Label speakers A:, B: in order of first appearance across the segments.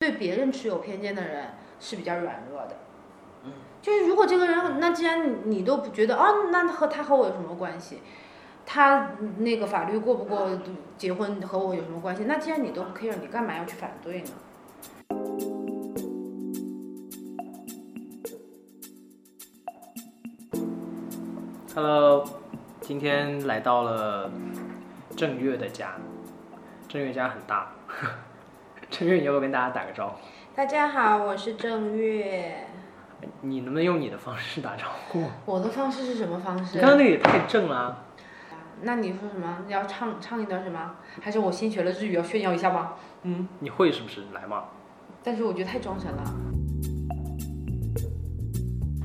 A: 对别人持有偏见的人是比较软弱的。
B: 嗯，
A: 就是如果这个人，那既然你你都不觉得啊，那和他和我有什么关系？他那个法律过不过结婚和我有什么关系？那既然你都不 care，你干嘛要去反对呢？
B: Hello，今天来到了正月的家，正月家很大。 正月，你要不要跟大家打个招呼？
A: 大家好，我是郑月。
B: 你能不能用你的方式打招呼？
A: 我的方式是什么方
B: 你
A: 式？啊
B: 刚刚那个也太正了啊、
A: 那你说什么？你要唱唱一段什么？还是我新学了日语要炫耀一下吗？嗯，
B: 你会是不是？来嘛。
A: 但是我觉得太装神了。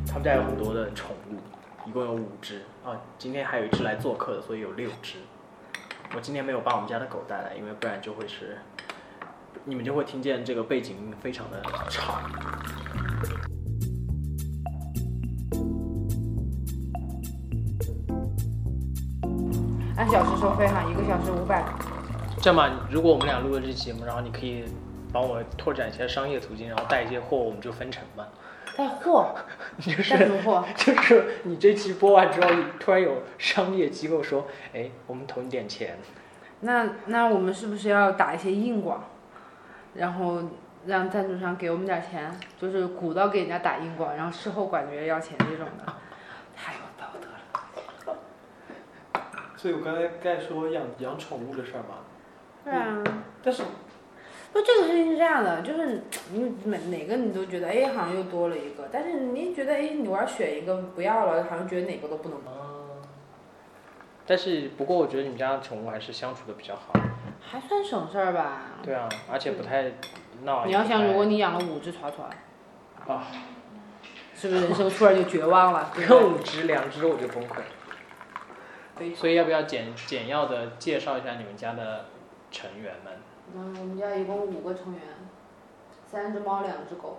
B: 他们家有很多的宠物，一共有五只啊。今天还有一只来做客的，所以有六只。我今天没有把我们家的狗带来，因为不然就会是，你们就会听见这个背景音非常的吵。
A: 按小时收费哈，一个小时五百。
B: 这样吧，如果我们俩录了这期节目，然后你可以帮我拓展一些商业途径，然后带一些货，我们就分成吧。
A: 带货，
B: 就
A: 带什
B: 是
A: 么货？
B: 就是你这期播完之后，突然有商业机构说，哎，我们投你点钱，
A: 那那我们是不是要打一些硬广，然后让赞助商给我们点钱，就是鼓捣给人家打硬广，然后事后管觉要钱这种的，太有道德了。
C: 所以我刚才在说养养宠物的事儿嘛，
A: 对啊，
C: 但是
A: 不，这个事情是这样的，就是你每哪个你都觉得哎好像又多了一个，但是你觉得哎你我要选一个不要了，好像觉得哪个都不能。
B: 但是不过我觉得你们家的宠物还是相处的比较好。
A: 还算省事儿吧。
B: 对啊，而且不太闹。啊
A: 你要想，如果
B: 你
A: 你养了五只团团，
B: 啊，
A: 是不是人生突然就绝望了？ 对不对
B: 看五只两只我就崩溃。所以要不要简简要的介绍一下你们家的成员们？
A: 嗯，我们家一共五个成员，三只猫，两只狗。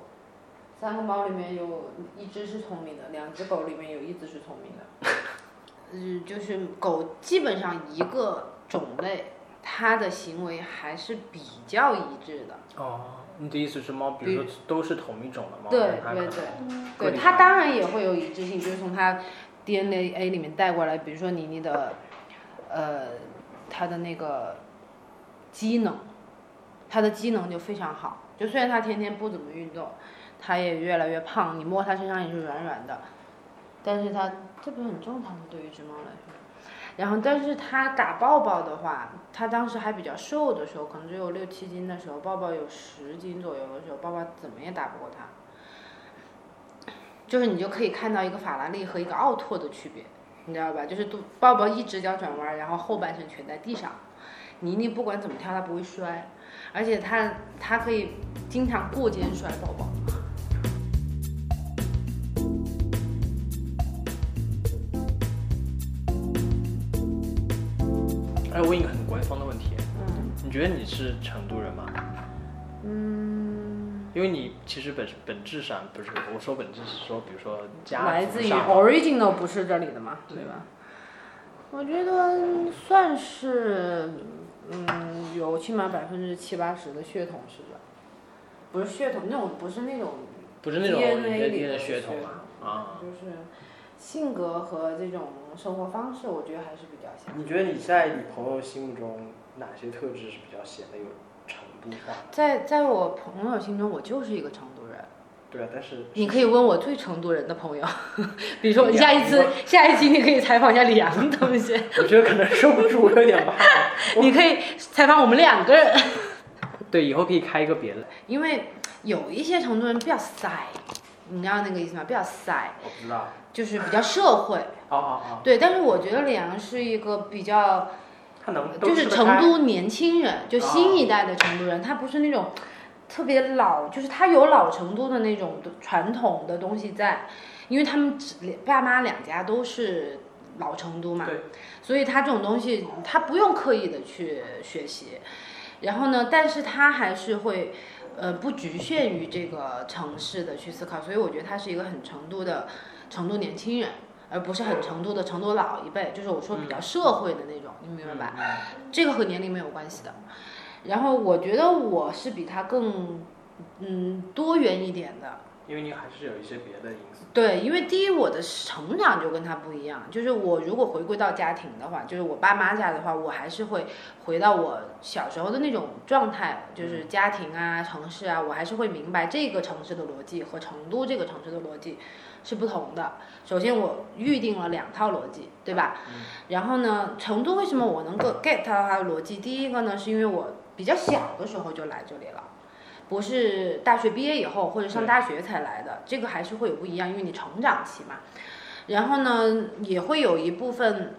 A: 三个猫里面有一只是聪明的，两只狗里面有一只是聪明的。 嗯，就是狗基本上一个种类，它的行为还是比较一致的。
B: 哦，你的意思是猫，比如说都是同一种的猫，
A: 对
B: 它可
A: 对
B: 能
A: 对
B: 各
A: 对，
B: 地
A: 它
B: 方
A: 当然也会有一致性，就是从它 DNA 里面带过来，比如说妮妮的，呃，它的那个机能，它的机能就非常好。就虽然它天天不怎么运动，它也越来越胖，你摸它身上也是软软的，但是它这不是很正常吗？对于一只猫来说。然后，但是它打抱抱的话，它当时还比较瘦的时候，可能只有六七斤的时候，抱抱有十斤左右的时候，抱抱怎么也打不过它。就是你就可以看到一个法拉利和一个奥拓的区别，你知道吧？就是都抱抱一只脚转弯，然后后半身全在地上。妮妮不管怎么跳，她不会摔，而且她她可以经常过肩摔抱抱。
B: 哎，我问一个很官方的问题，
A: 嗯
B: 你觉得你是成都人吗？
A: 嗯，
B: 因为你其实本本质上不是，我说本质是说，比如说家
A: 来
B: 族
A: 自于哦
B: 上
A: original 不是这里的嘛，对吧？我觉得算是嗯有起码百分之七八十的血统是吧？不是血统那种，不是那种
B: 不是那种
A: DNA
B: 你
A: 里
B: 的
A: 的
B: 血统嘛？啊，
A: 就是性格和这种生活方式，我觉得还是比较像。
C: 你觉得你在你朋友心目中哪些特质是比较显得有成都话？
A: 在在我朋友心中，我就是一个成都人。
C: 对啊，但是
A: 你可以问我最成都人的朋友， 比如说你下一次下一期你可以采访一下李阳同学，
C: 我觉得可能受不住了有点吧。
A: 你可以采访我们两个人，
B: 对，以后可以开一个别的。
A: 因为有一些成都人比较塞，你知道那个意思吗？比较塞，
C: 我不知道。哦
A: 就是比较社会。
C: 好好好，
A: 对，但是我觉得李阳是一个比较。
C: 他能都
A: 就是
C: 吃得
A: 成
C: 开
A: 都年轻人，就新一代的成都人，他不是那种特别老，就是他有老成都的那种传统的东西在，因为他们只爸妈两家都是老成都嘛
C: 对，
A: 所以他这种东西他不用刻意的去学习，然后呢，但是他还是会。呃，不局限于这个城市的去思考，所以我觉得他是一个很成都的成都年轻人，而不是很成都的成都老一辈，就是我说
C: 嗯
A: 比较社会的那种，你明白吧？
B: 嗯
A: 这个和年龄没有关系的。然后我觉得我是比他更嗯多元一点的。
C: 因为你还是有一些别的因素。
A: 对，因为第一，我的成长就跟他不一样，就是我如果回归到家庭的话，就是我爸妈家的话，我还是会回到我小时候的那种状态，就是家庭啊、城市啊，我还是会明白这个城市的逻辑和成都这个城市的逻辑是不同的。首先，我预定了两套逻辑，对吧？
C: 嗯
A: 然后呢，成都为什么我能够 get 到它的逻辑？第一个呢，是因为我比较小的时候就来这里了。不是大学毕业以后或者上
B: 对
A: 大学才来的，这个还是会有不一样，因为你成长期嘛。然后呢，也会有一部分，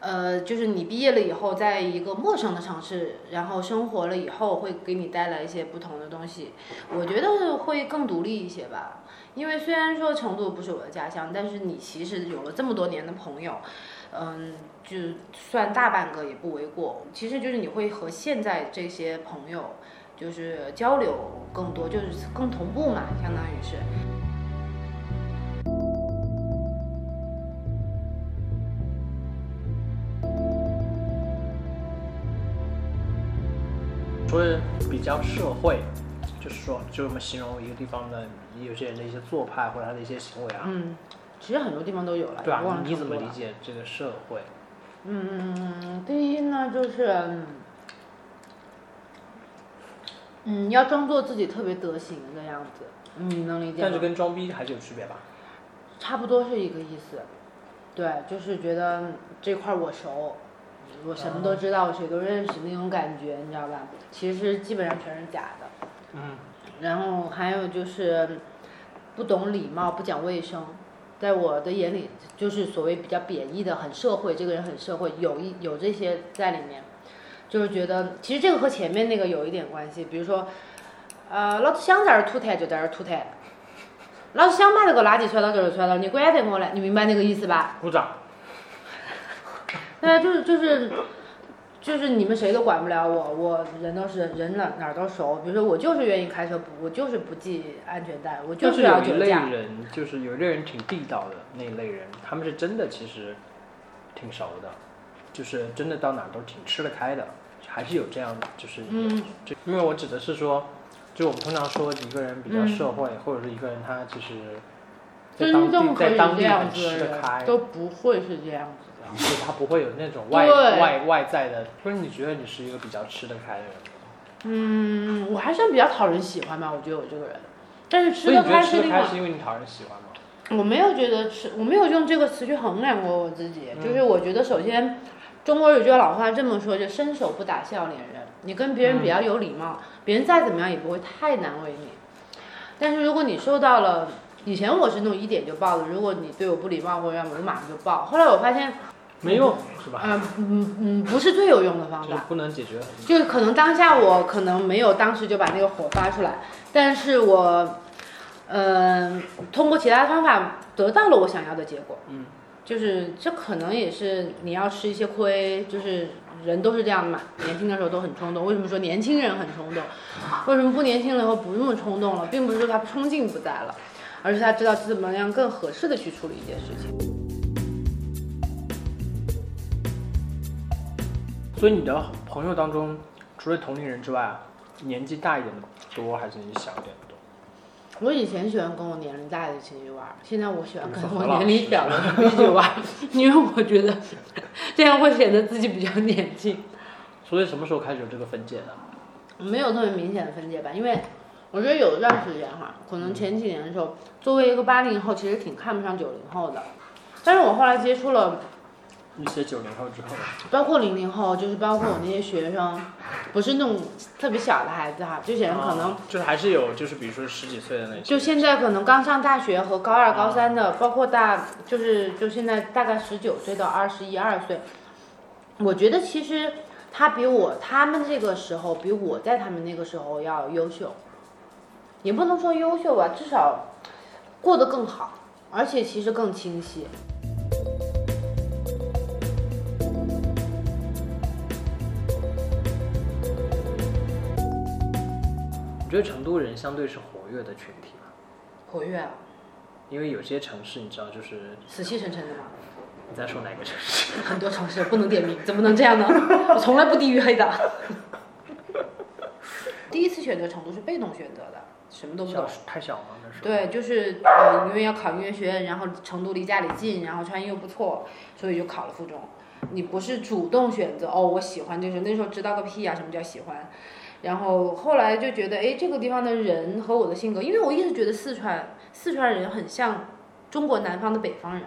A: 呃，就是你毕业了以后，在一个陌生的城市，然后生活了以后，会给你带来一些不同的东西。我觉得会更独立一些吧，因为虽然说成都不是我的家乡，但是你其实有了这么多年的朋友，嗯，就算大半个也不为过。其实就是你会和现在这些朋友就是交流更多，就是更同步嘛，相当于是。
B: 说是比较社会，就是说，就我们形容一个地方的有些人的一些做派或者他的一些行为啊，
A: 嗯，其实很多地方都有了，
B: 对
A: 也忘
B: 吧？
A: 了
B: 你怎
A: 成
B: 么
A: 都
B: 理
A: 了？
B: 解这个社会？
A: 嗯，第一呢就是，嗯嗯，要装作自己特别得行的样子，嗯你能理解吗？
B: 但是跟装逼还是有区别吧？
A: 差不多是一个意思。对，就是觉得这块儿我熟，我什么都知道，我谁都认识那种感觉，你知道吧？其实基本上全是假的。
B: 嗯，
A: 然后还有就是不懂礼貌，不讲卫生，在我的眼里就是所谓比较贬义的，很社会，这个人很社会，有一有这些在里面，就是觉得其实这个和前面那个有一点关系，比如说，呃，老子想在这儿吐痰就在这儿吐痰。老子想把这个垃圾甩到这儿就甩到，你管得我来，你明白那个意思吧？
B: 鼓掌。
A: 对，就是就是就是你们谁都管不了我，我人都是人哪哪儿都熟。比如说我就是愿意开车不，我就是不系安全带，我就
B: 但是
A: 要
B: 有一
A: 酒
B: 类
A: 驾。
B: 人，就是有一类人挺地道的那一类人，他们是真的其实挺熟的，就是真的到哪儿都挺吃得开的，还是有这样的，就是
A: 嗯
B: 就因为我指的是说，就我们通常说一个人比较
A: 嗯
B: 社会，或者是一个人他其实在当
A: 真正
B: 地
A: 可以
B: 在当
A: 这
B: 地
A: 样
B: 很
A: 子的
B: 吃得开
A: 人，都不会是这样子的。
B: 就是他不会有那种外
A: 对
B: 外外在的。就是你觉得你是一个比较吃得开的人吗，
A: 嗯，我还算比较讨人喜欢吧，我觉得我这个人。但是吃
B: 所以
A: 得
B: 你觉
A: 开
B: 得吃
A: 是
B: 得
A: 另外
B: 开，是因为你讨人喜欢吗？
A: 我没有觉得吃，我没有用这个词去衡量过我自己。就是我觉得，首先，中国有句老话这么说，就伸手不打笑脸人。你跟别人比较有礼貌，别人再怎么样也不会太难为你。但是如果你受到了，以前我是那种一点就爆的，如果你对我不礼貌或者让我，我马上就爆。后来我发现，
B: 没用是吧？
A: 嗯嗯嗯，不是最有用的方
B: 就是
A: 法。
B: 不能解决。
A: 就是可能当下我可能没有当时就把那个火发出来，但是我，嗯、通过其他方法得到了我想要的结果。
B: 嗯，
A: 就是这可能也是你要吃一些亏，就是人都是这样的嘛。年轻的时候都很冲动，为什么说年轻人很冲动？为什么不年轻了以后不那么冲动了？并不是说他冲劲不在了，而是他知道怎么样更合适的去处理一件事情。
B: 所以你的朋友当中，除了同龄人之外，年纪大一点的多还是年纪小一点的多？
A: 我以前喜欢跟我年龄大的一起去玩儿，现在我喜欢跟
B: 就是
A: 我
B: 何老
A: 年龄
B: 师
A: 小的一起玩儿，因为我觉得这样会显得自己比较年轻。
B: 所以什么时候开始有这个分界的？
A: 没有特别明显的分界吧，因为我觉得有一段时间哈，可能前几年的时候，作为一个八零后，其实挺看不上九零后的。但是我后来接触了，
B: 一些九零后之后，
A: 包括零零后，就是包括我那些学生，不是那种特别小的孩子哈，就显然可能
B: 啊就是还是有，就是比如说十几岁的那些，
A: 就现在可能刚上大学和高二、高三的，包括大就是就现在大概十九岁到二十一二岁，我觉得其实他比我他们这个时候比我在他们那个时候要优秀，也不能说优秀吧，至少过得更好，而且其实更清晰。
B: 我觉得成都人相对是活跃的群体吧，
A: 活跃啊，
B: 因为有些城市你知道，就是
A: 死气沉沉的嘛，
B: 你在说哪个城市？
A: 很多城市不能点名，怎么能这样呢？我从来不低于黑的。 第一次选择程度是被动选择的，什么都不懂
B: 小。太小了那时候。
A: 对，就是呃，因为要考音乐学院，然后成都离家里近，然后川音又不错，所以就考了附中。你不是主动选择哦，我喜欢这个，那时候知道个屁啊，什么叫喜欢。然后后来就觉得，哎，这个地方的人和我的性格，因为我一直觉得四川四川人很像中国南方的北方人，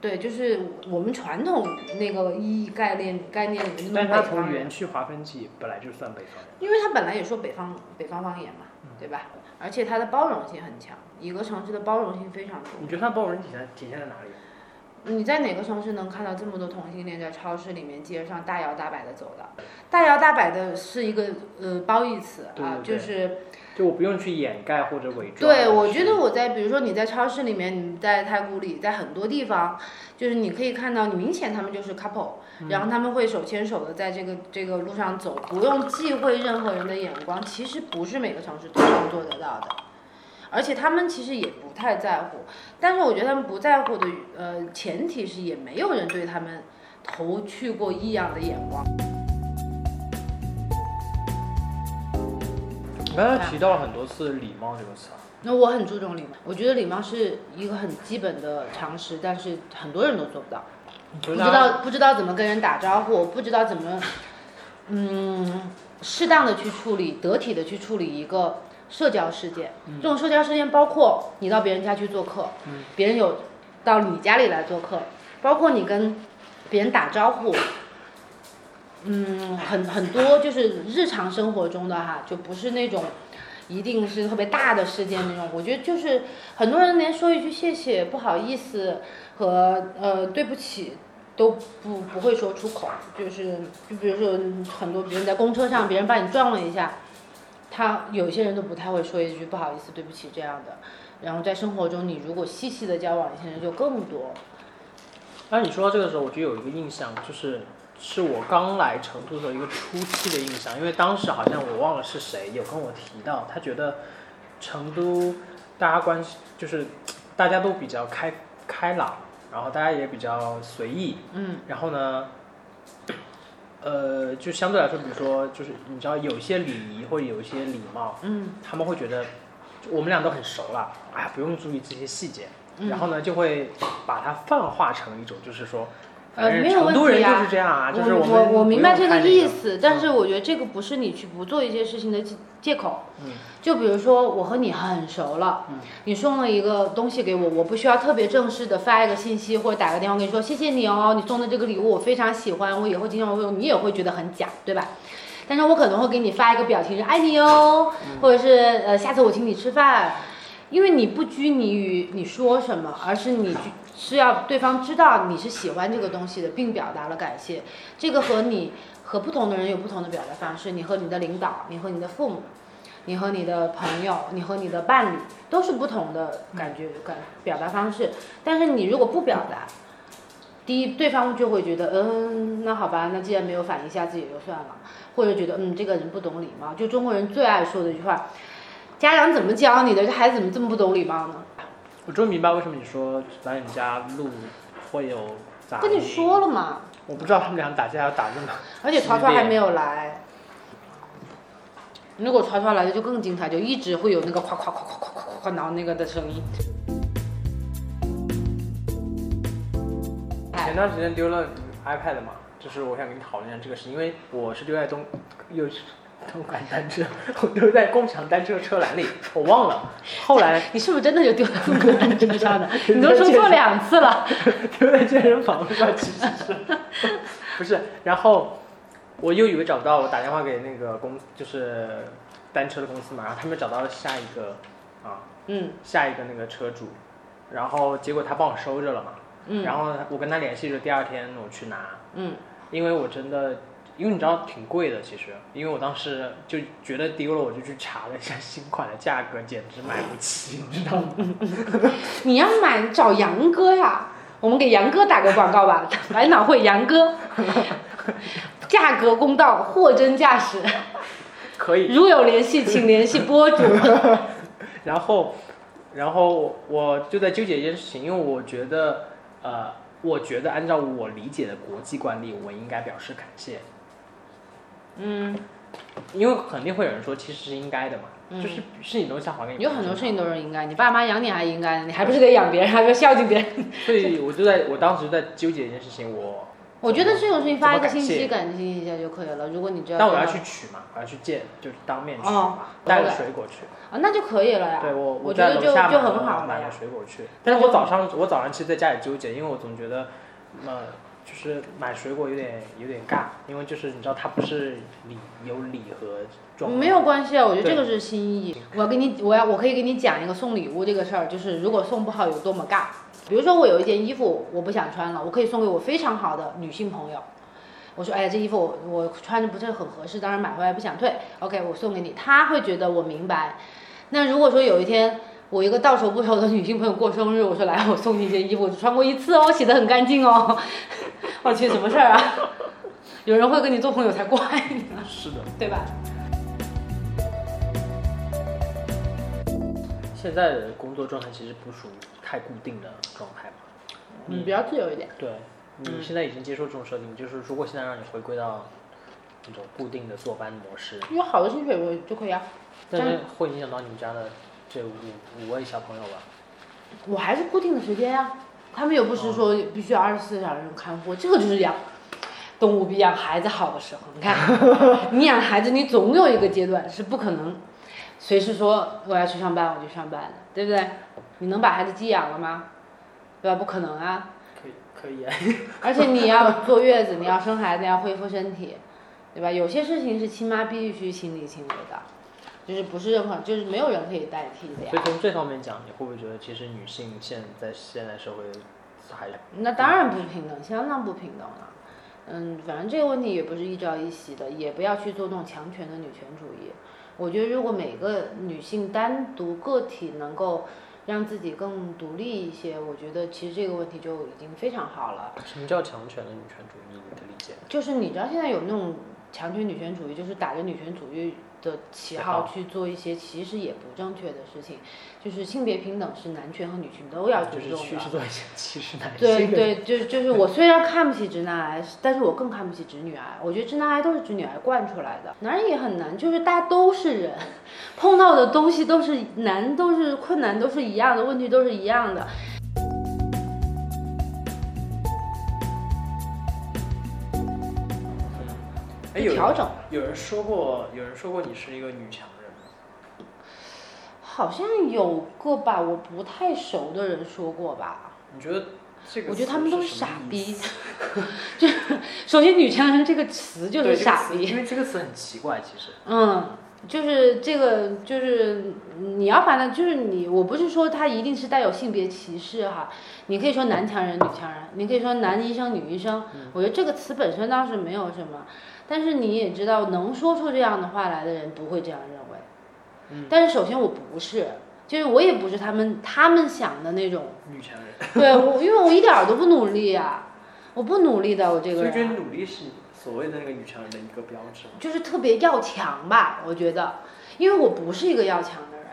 A: 对，就是我们传统那个意义概念概念里面那
B: 但
A: 种
B: 他
A: 北
B: 从
A: 方
B: 语言
A: 人，
B: 区划分起，本来就算北方人。
A: 因为他本来也说北方北方方言嘛，
B: 嗯
A: 对吧？而且它的包容性很强，一个城市的包容性非常重要
B: 你。觉得他包容人体现体现在哪里？啊
A: 你在哪个城市能看到这么多同性恋在超市里面、街上大摇大摆的走的？大摇大摆的是一个呃褒义词
B: 对
A: 啊，
B: 对
A: 就是
B: 就我不用去掩盖或者伪装。
A: 对我觉得
B: 我
A: 我在比如说你在超市里面，你在太古里，在很多地方，就是你可以看到，你明显他们就是 couple，、然后他们会手牵手的在这个这个路上走，不用忌讳任何人的眼光，其实不是每个城市都能做得到的。而且他们其实也不太在乎，但是我觉得他们不在乎的，呃，前提是也没有人对他们投去过异样的眼光。
B: 你刚才提到了很多次礼貌这个词啊，
A: 那我很注重礼貌，我觉得礼貌是一个很基本的常识，但是很多人都做不到，
B: 你觉
A: 不
B: 得
A: 知
B: 他
A: 道不知道怎么跟人打招呼，不知道怎么，嗯，适当的去处理，得体的去处理一个社交事件。这种社交事件包括你到别人家去做客，别人有到你家里来做客，包括你跟别人打招呼，嗯，很很多就是日常生活中的哈，就不是那种一定是特别大的事件那种。我觉得就是很多人连说一句谢谢、不好意思和呃对不起都不不会说出口，就是就比如说很多别人在公车上，别人把你撞了一下。他有些人都不太会说一句不好意思、对不起这样的，然后在生活中，你如果细细的交往，一些人就更多。
B: 那你说到这个时候，我就有一个印象，就是是我刚来成都的时候一个初期的印象，因为当时好像我忘了是谁有跟我提到，他觉得成都大家关系就是大家都比较开开朗，然后大家也比较随意，
A: 嗯，
B: 然后呢，呃，就相对来说，比如说就是你知道有一些礼仪或者有一些礼貌，
A: 嗯，
B: 他们会觉得就我们俩都很熟了，哎呀，不用注意这些细节。
A: 嗯
B: 然后呢，就会把它泛化成一种，就是说，
A: 呃
B: 反正
A: 没有
B: 成都
A: 问
B: 人
A: 题啊
B: 就是这样啊，就是
A: 我
B: 们我
A: 我明白这
B: 个
A: 意，思，但是我觉得这个不是你去不做一些事情的借借口。
B: 嗯，
A: 就比如说我和你很熟了，
B: 嗯
A: 你送了一个东西给我，我不需要特别正式的发一个信息或者打个电话跟你说谢谢你哦，你送的这个礼物我非常喜欢，我以后经常会用，你也会觉得很假，对吧？但是我可能会给你发一个表情是爱你哦，
B: 嗯
A: 或者是呃下次我请你吃饭，因为你不拘泥于你说什么，而是你去是要对方知道你是喜欢这个东西的，并表达了感谢。这个和你和不同的人有不同的表达方式，你和你的领导，你和你的父母，你和你的朋友，你和你的伴侣，都是不同的感觉感表达方式。但是你如果不表达，第一，对方就会觉得，嗯，那好吧，那既然没有反应，下次也就算了，或者觉得，嗯，这个人不懂礼貌。就中国人最爱说的一句话，家长怎么教你的，这孩子怎么这么不懂礼貌呢？
B: 我终于明白为什么你说来你家路会有杂
A: 跟你
B: 音
A: 说，了嘛，
B: 我不知道他们俩打架要打这么，
A: 而且曹操
B: 十
A: 还
B: 点
A: 没有来。如果曹操来了，就更精彩，就一直会有那个夸夸夸夸夸夸夸夸，然后那个的声音。哎
B: 前段时间丢了 iPad 嘛，就是我想跟你讨论一下这个事，因为我是丢在东又是东莞单车，我丢在共享单车车篮里，我忘了，后来
A: 你是不是真的就丢在那个单车上 的？ 你都说错两次了。
B: 留在健身房是吧？其实是，不是？然后我又以为找不到，我打电话给那个公，就是单车的公司嘛，然后他们找到了下一个啊，
A: 嗯
B: 下一个那个车主，然后结果他帮我收着了嘛，
A: 嗯
B: 然后我跟他联系着，第二天我去拿，
A: 嗯
B: 因为我真的，因为你知道挺贵的，其实，因为我当时就觉得丢了，我就去查了一下新款的价格，简直买不起，你知道吗？
A: 你要买找杨哥呀，我们给杨哥打个广告吧， 百脑汇杨哥， 价格公道，货真价实。
B: 可以，
A: 如有联系，请联系播主。
B: 然后，然后我就在纠结一件事情，因为我觉得，呃，我觉得按照我理解的国际惯例，我应该表示感谢。
A: 嗯，
B: 因为肯定会有人说其实是应该的嘛，
A: 嗯
B: 就是是你东西要还给你。
A: 有很多事情都是应该，你爸妈养你还应该，你还不是得养别人，还得孝敬别人。
B: 所以我就在我当时在纠结一件事情，我
A: 我觉得这种事情发一个信息，
B: 怎么
A: 感谢一下就可以了。如果你知道，
B: 但我要去取嘛，我要去见，就是当面取
A: 哦
B: 嘛，带着水果去。
A: 啊，那就可以了呀。
B: 对我，
A: 我觉
B: 在
A: 得
B: 楼
A: 就
B: 下
A: 就
B: 买
A: 很
B: 了
A: 好了啊
B: 买了
A: 呀。
B: 水果去，但是我早上我早上其实在家里纠结，因为我总觉得，呃，就是买水果有点有点尬，因为就是你知道它不是礼有礼和装的
A: 没有关系啊，我觉得
B: 对
A: 这个是心意。我要给你，我要我可以给你讲一个送礼物这个事儿，就是如果送不好有多么尬。比如说我有一件衣服我不想穿了，我可以送给我非常好的女性朋友。我说，哎呀，这衣服我我穿着不是很合适，当然买回来不想退。OK，我送给你，她会觉得我明白。那如果说有一天我一个到手不熟的女性朋友过生日，我说来，我送你一件衣服，我只穿过一次哦，洗得很干净哦。 我去，什么事儿啊？ 有人会跟你做朋友才怪呢，
B: 是的。
A: 对吧？
B: 现在的工作状态其实不属于太固定的状态嘛。
A: 嗯，比较自由一点。
B: 对，你现在已经接受这种设定，就是如果现在让你回归到那种固定的坐班模式，
A: 有好的薪水我就可以啊，
B: 但
A: 但
B: 是会影响到你们家的这五五位小朋友吧？
A: 我还是固定的时间呀、他们又不是说必须二十四小时看护，这个就是养动物比养孩子好的时候。你看，你养孩子，你总有一个阶段是不可能随时说我要去上班我就上班的，对不对？你能把孩子寄养了吗？对吧？不可能啊！
B: 可以可以啊，
A: 而且你要坐月子，你要生孩子，要恢复身体，对吧？有些事情是亲妈必须亲力亲为的，就是不是任何，就是没有人可以代替的呀。
B: 所以从这方面讲，你会不会觉得其实女性现在现代社会还
A: 那当然不平等，相当不平等了。嗯，反正这个问题也不是一朝一夕的，也不要去做那种强权的女权主义。我觉得如果每个女性单独个体能够让自己更独立一些，我觉得其实这个问题就已经非常好了。
B: 什么叫强权的女权主义？你的理解？
A: 就是你知道现在有那种强权女权主义，就是打着女权主义的旗号去做一些其实也不正确的事情，就是性别平等是男权和女权都要
B: 就
A: 尊
B: 是
A: 重的。
B: 去去做一些歧视男性的
A: 对对， 就就是我虽然看不起直男癌，但是我更看不起直女癌。我觉得直男癌都是直女癌惯出来的，男人也很难，就是大家都是人，碰到的东西都是难，都是困难，都是一样的，问题都是一样的。
B: 哎，有
A: 调整
B: 有人说过，有人说过你是一个女强人，
A: 好像有个吧，我不太熟的人说过吧。
B: 你觉得这个？
A: 我觉得他们都是傻逼。，就首先“女强人”这个词就
B: 对
A: 是
B: 这个
A: 傻
B: 词
A: 逼，
B: 因为这个词很奇怪，其实。
A: 嗯，就是这个，就是你要反正就是你，我不是说他一定是带有性别歧视哈，你可以说男强人、女强人，你可以说男医生、女医生，
B: 嗯
A: 我觉得这个词本身倒是没有什么，但是你也知道，能说出这样的话来的人不会这样认为。
B: 嗯
A: 但是首先我不是，就是我也不是他们他们想的那种，
B: 女强人，
A: 对我，因为我一点儿都不努力啊，我不努力的，我这个
B: 所
A: 人。
B: 以
A: 啊
B: 觉得努力是所谓的那个女强人的一个标志。
A: 就是特别要强吧，我觉得，因为我不是一个要强的人，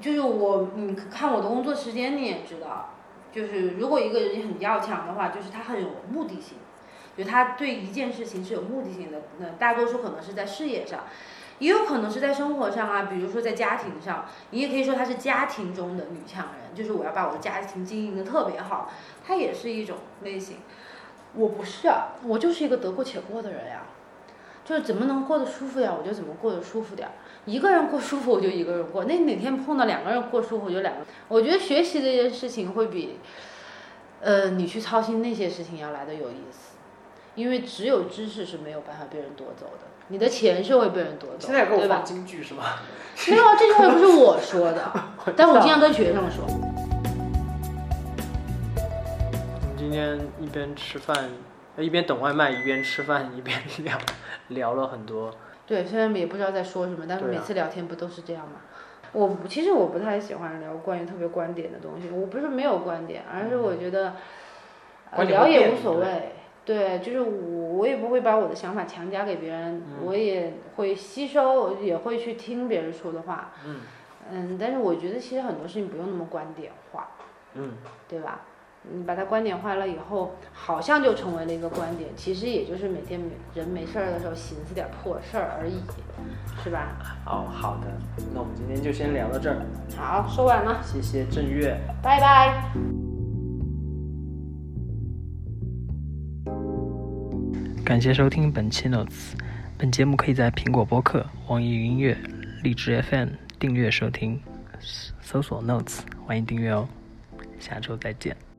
A: 就是我，你看我的工作时间你也知道，就是如果一个人很要强的话，就是他很有目的性，就他对一件事情是有目的性的，那大多数可能是在事业上。也有可能是在生活上啊，比如说在家庭上，你也可以说她是家庭中的女强人，就是我要把我的家庭经营的特别好，她也是一种类型。我不是啊，我就是一个得过且过的人呀、就是怎么能过得舒服点儿，我就怎么过得舒服点儿。一个人过舒服，我就一个人过。那哪天碰到两个人过舒服，我就两个人。我觉得学习这件事情会比，呃，你去操心那些事情要来的有意思，因为只有知识是没有办法被人夺走的，你的钱是会被人夺走
B: 现
A: 的，
B: 在给我
A: 对吧
B: 放？京剧是 吧？
A: 没有啊，这句话又不是我说的， 但我经
B: 啊
A: 常跟学生说。
B: 我们今天一边吃饭，呃一边等外卖，一边吃饭，一边聊聊了很多。
A: 对，虽然也不知道在说什么，但是
B: 对啊
A: 每次聊天不都是这样吗？我不其实我不太喜欢聊关于特别观点的东西，我不是没有观点，而是我觉得、呃、
B: 嗯观点会
A: 聊也
B: 变
A: 无所
B: 对
A: 谓。对，就是我，我也不会把我的想法强加给别人，
B: 嗯
A: 我也会吸收，也会去听别人说的话。
B: 嗯
A: 嗯，但是我觉得其实很多事情不用那么观点化，
B: 嗯，
A: 对吧？你把它观点化了以后，好像就成为了一个观点，其实也就是每天没人没事儿的时候寻思点破事儿而已，是吧？
B: 哦，好的，那我们今天就先聊到这儿，
A: 好，说完了，
B: 谢谢正月。
A: 拜拜。
B: 感谢收听本期 Notes。本节目可以在苹果播客、网易云音乐、荔枝 FM 订阅收听，搜索 Notes，欢迎订阅哦。下周再见。